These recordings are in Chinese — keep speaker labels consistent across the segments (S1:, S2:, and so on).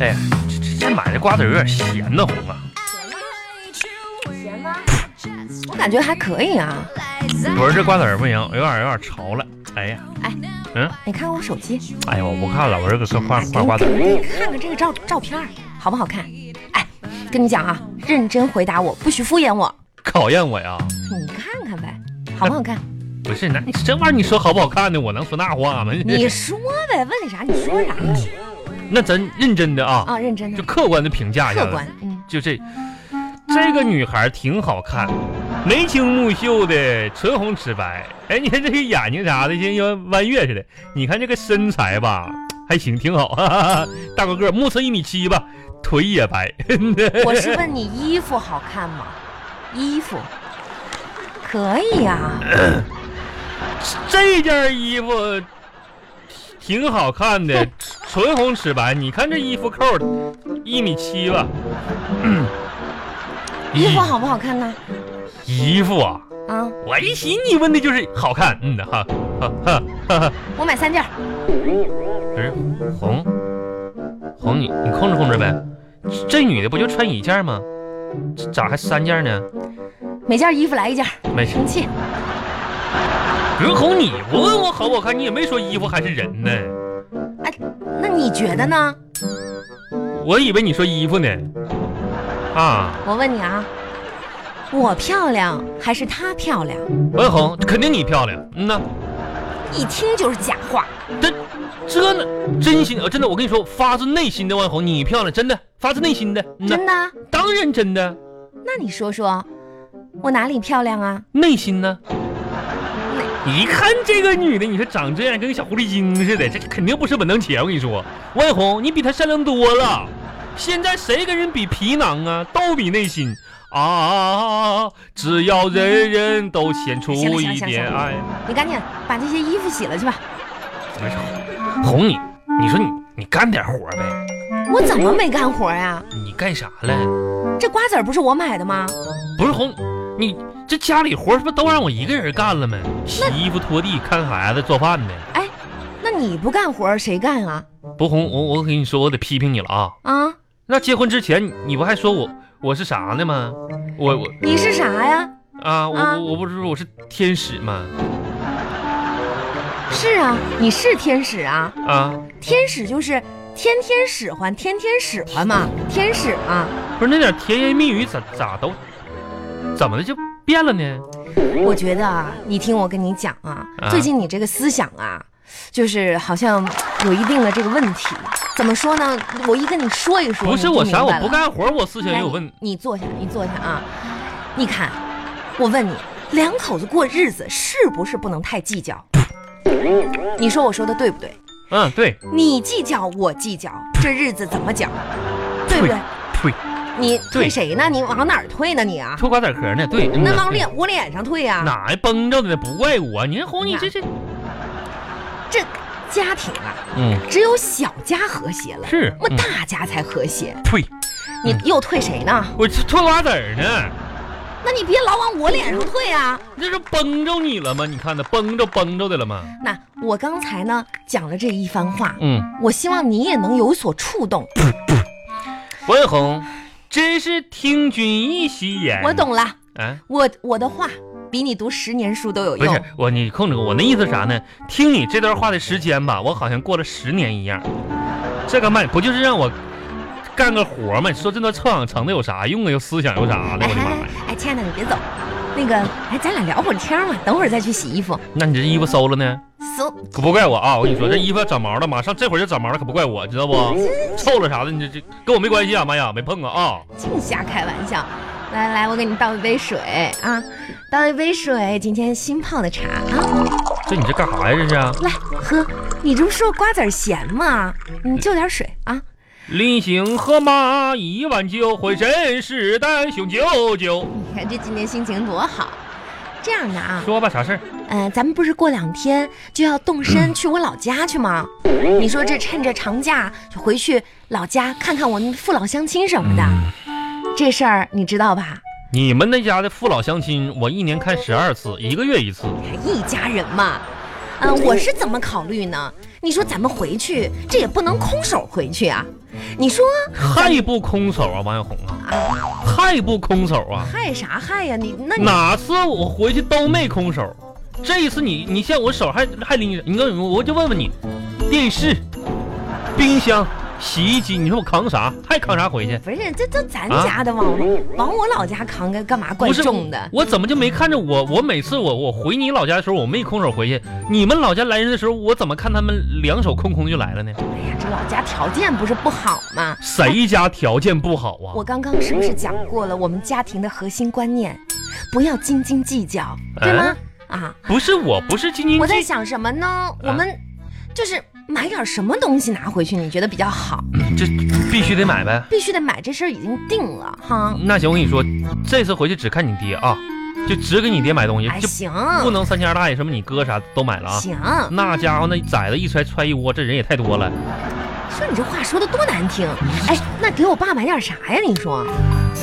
S1: 哎呀，这这买的瓜子儿有点咸的红啊，
S2: 咸吗？我感觉还可以啊。
S1: 不是这瓜子儿不行，有点有点潮了。哎呀，
S2: 哎，
S1: 嗯，
S2: 你看我手机，哎
S1: 哎呀，我不看了，我这个换
S2: 给
S1: 换
S2: 你
S1: 瓜子儿。
S2: 给你看看这个照照片儿，好不好看？哎，跟你讲啊，认真回答我，不许敷衍我。
S1: 考验我呀？
S2: 你看看呗，好不 好看？
S1: 不是，那你这玩意儿你说好不好看呢？我能说那话吗？
S2: 你说呗，问你啥你说啥
S1: 那咱认真的啊，
S2: 啊？认真
S1: 就
S2: 的，
S1: 客观的评价一下
S2: 客
S1: 子。
S2: 观，嗯，
S1: 就这，这个女孩挺好看，眉清目秀的，唇红齿白。哎，你看这个眼睛啥的，像像弯月似的。你看这个身材吧，还行，挺好。哈哈哈大高个儿，目测一米七吧，腿也白。
S2: 我是问你衣服好看吗？衣服可 以啊，
S1: 这件衣服挺好看 的，唇红齿白。你看这衣服扣儿，一米七吧。
S2: 衣服好不好看呢？
S1: 衣服啊，
S2: 啊，
S1: 我一寻你问的就是好看，嗯哈哈哈哈哈。
S2: 我买三件儿，
S1: 不是红红你你控制控制呗，这这女的不就穿一件吗？这咋还三件呢？
S2: 每件衣服来一件儿，
S1: 没事，
S2: 生气。
S1: 不是红你不问我好不好看，你也没说衣服还是人呢，
S2: 哎，那你觉得呢？
S1: 我以为你说衣服呢。啊，
S2: 我问你啊，我漂亮还是她漂亮？
S1: 文红肯定你漂亮，嗯呐，
S2: 一听就是假话。
S1: 这这呢真心呃真的，我跟你说，发自内心的万红，你漂亮，真的发自内心的，嗯呐
S2: 真，的？
S1: 当然真的，
S2: 那你说说，我哪里漂亮啊？
S1: 内心呢？你看这个女的，你说长这样跟个小狐狸精似的，这肯定不是本能啊姐。我跟你说，万红，你比她善良多了。现在谁跟人比皮囊啊？都比内心啊！只要人人都献出
S2: 行了行了
S1: 一
S2: 行了
S1: 点
S2: 行了
S1: 爱。
S2: 你赶紧把这些衣服洗了去吧。
S1: 没事，哄你，你说你你干点活呗？
S2: 我怎么没干活呀、
S1: 你干啥了？
S2: 这瓜子儿不是我买的吗？
S1: 不是哄你这家里活儿是不是都让我一个人干了吗？洗衣服、拖地、看孩子、做饭呗。
S2: 哎，那你不干活儿谁干啊？
S1: 不红，我我跟你说，我得批评你了啊！
S2: 啊，
S1: 那结婚之前，你你不还说我我是啥呢吗？我我
S2: 你是啥呀？
S1: 啊，我
S2: 啊
S1: 我我不是说我是天使吗？
S2: 是啊，你是天使啊。
S1: 啊，
S2: 天使就是天天使唤，天天使唤嘛，天使啊嘛。
S1: 不是那点甜言蜜语咋咋都怎么的就变了呢？
S2: 我觉得啊，你听我跟你讲啊，
S1: 啊
S2: 最近你这个思想啊，就是好像有一定的这个问题。怎么说呢？我一跟你说一说，
S1: 不是
S2: 你就
S1: 我啥
S2: 明
S1: 我
S2: 白
S1: 不
S2: 了
S1: 干活，我思想也有问
S2: 来你。你坐下，你坐下啊！你看，我问你，两口子过日子是不是不能太计较？你说我说的对不对？
S1: 嗯，对，
S2: 你计较，我计较，这日子怎么讲？对不对？
S1: 退
S2: 你推
S1: 对
S2: 谁呢？你往哪儿推呢？你啊，
S1: 脱瓜子壳呢？对，嗯
S2: 那啊
S1: 呐
S2: 往
S1: 对
S2: 脸我脸上推呀、
S1: 哪还绷着呢？不怪我，你看红你这这
S2: 这家庭啊，
S1: 嗯
S2: 只有小家和谐了，
S1: 是
S2: 那
S1: 嗯
S2: 大家才和谐。
S1: 退，
S2: 你
S1: 嗯
S2: 又推谁呢？
S1: 我这脱瓜子儿呢，
S2: 那你别老往我脸上推啊！
S1: 那是绷着你了吗？你看那绷着绷着的了吗？
S2: 那我刚才呢讲了这一番话，
S1: 嗯。
S2: 我希望你也能有所触动。
S1: 文红，真是听君一席言。
S2: 我懂了，
S1: 啊，
S2: 我我的话比你读十年书都有
S1: 不
S2: 用
S1: 是。我，你控制我。我那意思是啥呢？听你这段话的时间吧，我好像过了十年一样。这个慢不就是让我干个活吗？说这段臭氧层的有啥用啊？有思想有啥呢？
S2: 哎
S1: 我的妈
S2: 哎
S1: 呀！
S2: 哎，亲爱的，你别走，那个哎，咱俩聊会儿天儿嘛，等会儿再去洗衣服。
S1: 那你这衣服馊了呢？
S2: 搜，
S1: 可不怪我啊！我跟你说，这衣服要长毛了，马上这会儿就长毛了，可不怪我，知道不？
S2: 嗯
S1: 臭了啥的，你这这跟我没关系啊！妈呀，没碰啊啊！
S2: 净瞎开玩笑。来来，我给你倒一杯水啊，倒一杯水，今天新泡的茶啊，
S1: 这你这干啥呀？这是？
S2: 来喝。你这不说瓜子儿咸吗？你就点水啊。
S1: 临行河马一碗酒，浑身是胆雄赳赳。
S2: 你看这今天心情多好。这样的啊，
S1: 说吧，啥事儿？
S2: 呃，嗯咱们不是过两天就要动身去我老家去吗？你说这趁着长假就回去老家看看我们父老乡亲什么的，这事儿你知道吧？
S1: 你们那家的父老乡亲，我一年看十二次，一个月一次。
S2: 一家人嘛，呃嗯、我是怎么考虑呢？你说咱们回去，这也不能空手回去啊。你说
S1: 太不空手啊，王小红啊，
S2: 啊，
S1: 太不空手啊！
S2: 害啥害呀、你那你
S1: 哪次我回去都没空手，这一次你你像我手还还拎着，你跟我我就问问你，电视、冰箱、洗衣机，你说我扛啥？还扛啥回去？
S2: 不是这这咱家的往、往我老家扛个干嘛？怪
S1: 不是
S2: 重的，
S1: 我怎么就没看着我？我每次我我回你老家的时候，我没空手回去。你们老家来人的时候，我怎么看他们两手空空就来了呢？
S2: 哎呀，这老家条件不是不好吗？
S1: 谁家条件不好啊？
S2: 我刚刚是不是讲过了我们家庭的核心观念，不要斤斤计较，对吗？啊，
S1: 不是我，不是哎斤斤啊
S2: 我在
S1: 计，
S2: 想什么呢？我们就是买点什么东西拿回去，你觉得比较好？
S1: 嗯这必须得买呗。
S2: 必须得买，这事儿已经定了哈。
S1: 那行，我跟你说，这次回去只看你爹啊，就只给你爹买东西，
S2: 哎，
S1: 嗯就
S2: 行，
S1: 不能三千二大爷什么你哥啥都买了啊。
S2: 行，
S1: 那家伙那崽子一揣揣一窝，这人也太多了。
S2: 说你这话说的多难听。哎，那给我爸买点啥呀？你说，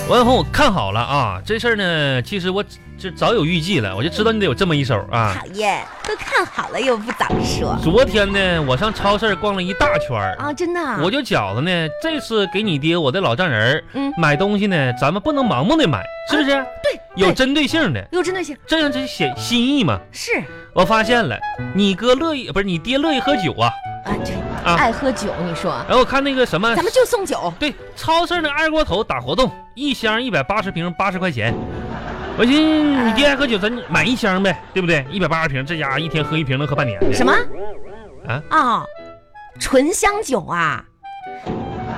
S1: 王小红，我看好了啊，这事儿呢，其实我这早有预计了，我就知道你得有这么一手啊。
S2: 讨厌，都看好了又不早说
S1: 昨天呢，我上超市逛了一大圈儿，
S2: 啊！真的啊，
S1: 我就觉着呢，这次给你爹我的老丈人儿
S2: 嗯啊
S1: 买东西呢，咱们不能盲目的买，是不是？
S2: 对
S1: 有
S2: 对
S1: 针对性的，
S2: 有针对性，
S1: 这样才显心意嘛。
S2: 是
S1: 我发现了，你哥乐意不是你爹乐意喝酒啊？
S2: 啊，对，
S1: 啊
S2: 爱喝酒，你说，
S1: 然后我看那个什么
S2: 咱，们就送酒，
S1: 对，超市那二锅头打活动，一箱一百八十瓶，八十块钱。我寻思你爹
S2: 啊
S1: 爱喝酒，咱买一箱呗，对不对？一百八十瓶，这家伙一天喝一瓶能喝半年呢。
S2: 什么？
S1: 啊
S2: 哦，醇香酒啊，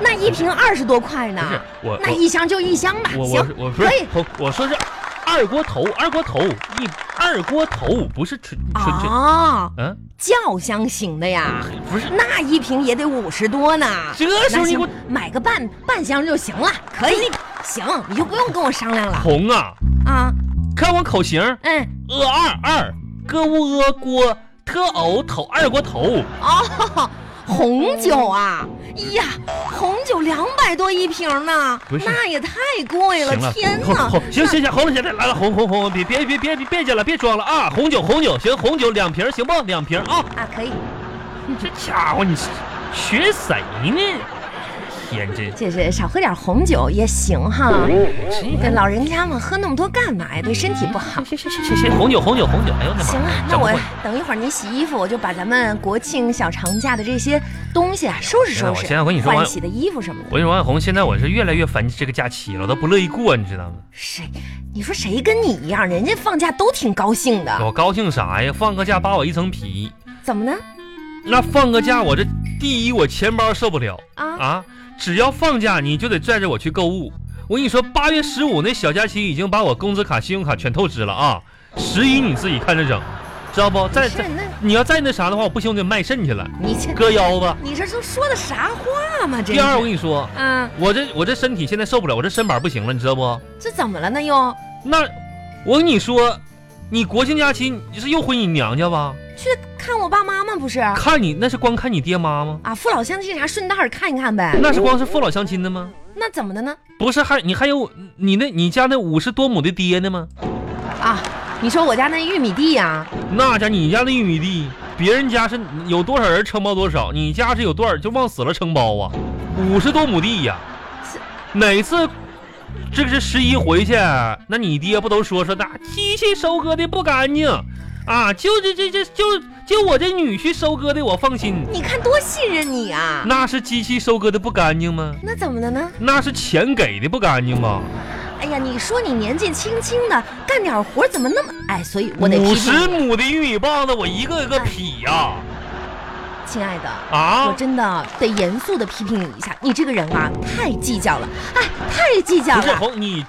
S2: 那一瓶二十多块呢
S1: 不，是我
S2: 那一箱就一箱吧，
S1: 我
S2: 行
S1: 我，我不是
S2: 可以
S1: 我我说是二锅头，二锅头一二锅头不是纯纯纯
S2: 哦，
S1: 嗯，
S2: 酱香型的呀，
S1: 不是。
S2: 那一瓶也得五十多呢。
S1: 这时候你给我
S2: 那行买个半半箱就行了，可以，行，你就不用跟我商量了
S1: 红啊，
S2: 啊。
S1: 看我口型，
S2: 嗯，
S1: 呃二二歌乌呃锅特偶头二锅头，
S2: 哦，红酒啊，哎呀，红酒两百多一瓶呢
S1: 不，是
S2: 那也太贵了，
S1: 行了，
S2: 哎天
S1: 红
S2: 哪！
S1: 红行行行，红了行了，来了红红红，别别别别别别介了，别装了啊！红酒红酒行，红酒两瓶行不？两瓶啊！
S2: 啊，可以，
S1: 这家伙你是学谁呢？天真，
S2: 就是少喝点红酒也行哈。这
S1: 行
S2: 老人家嘛，喝那么多干嘛呀？对身体不好。
S1: 行行行行，红酒红酒红酒，哎呦我的妈！
S2: 行啊，那
S1: 整不
S2: 我
S1: 会
S2: 等一会儿您洗衣服，我就把咱们国庆小长假的这些东西啊收拾
S1: 行了
S2: 收
S1: 哎我
S2: 拾。
S1: 现在我跟你说
S2: 换
S1: 完
S2: 洗的衣服什么的
S1: 我。跟你说，王小红，现在我是越来越烦这个假期了，我都不乐意过，你知道吗？
S2: 谁？你说谁跟你一样？人家放假都挺高兴的，
S1: 我高兴啥呀？放个假扒我一层皮，
S2: 怎么呢？
S1: 那放个假我这第一我钱包受不了
S2: 啊
S1: 啊！只要放假你就得拽着我去购物。我跟你说，八月十五那小假期已经把我工资卡、信用卡全透支了啊！十一你自己看着整，知道不？再
S2: 是
S1: 再
S2: 那，
S1: 你要再那啥的话，我不行我得卖肾去了，
S2: 你这
S1: 割腰子。
S2: 你这都说的啥话嘛？这
S1: 第二，我跟你说，
S2: 啊，
S1: 我这我这身体现在受不了，我这身板不行了，你知道不？
S2: 这怎么了呢？又
S1: 那我跟你说，你国庆假期你是又回你娘家吧？
S2: 去看我爸妈吗？不是啊，
S1: 看你那是光看你爹妈吗？
S2: 父老乡亲啥顺道儿看一看呗。
S1: 那是光是父老乡亲的吗？
S2: 那怎么的呢？
S1: 不是还你还有你那你家那五十多亩的爹呢吗？
S2: 啊，你说我家那玉米地呀、
S1: 那家你家那玉米地，别人家是有多少人承包多少，你家是有多少就往死了承包啊？五十多亩地呀、
S2: 是
S1: 哪次这个是十一回去，那你爹不都说说那机器收割的不干净啊？就这这这就就我这女婿收割的，我放心。
S2: 你看多信任你啊！
S1: 那是机器收割的不干净吗？
S2: 那怎么的呢？
S1: 那是钱给的不干净吗？
S2: 哎呀，你说你年纪轻轻的，干点活儿怎么那么……哎，所以我得批
S1: 五
S2: 评
S1: 十
S2: 你，
S1: 亩的玉米棒子，我一个一个劈呀、
S2: 亲爱的。
S1: 啊！
S2: 我真的得严肃的批评你一下，你这个人啊，太计较了，哎，太计较
S1: 不是
S2: 了。
S1: 红，你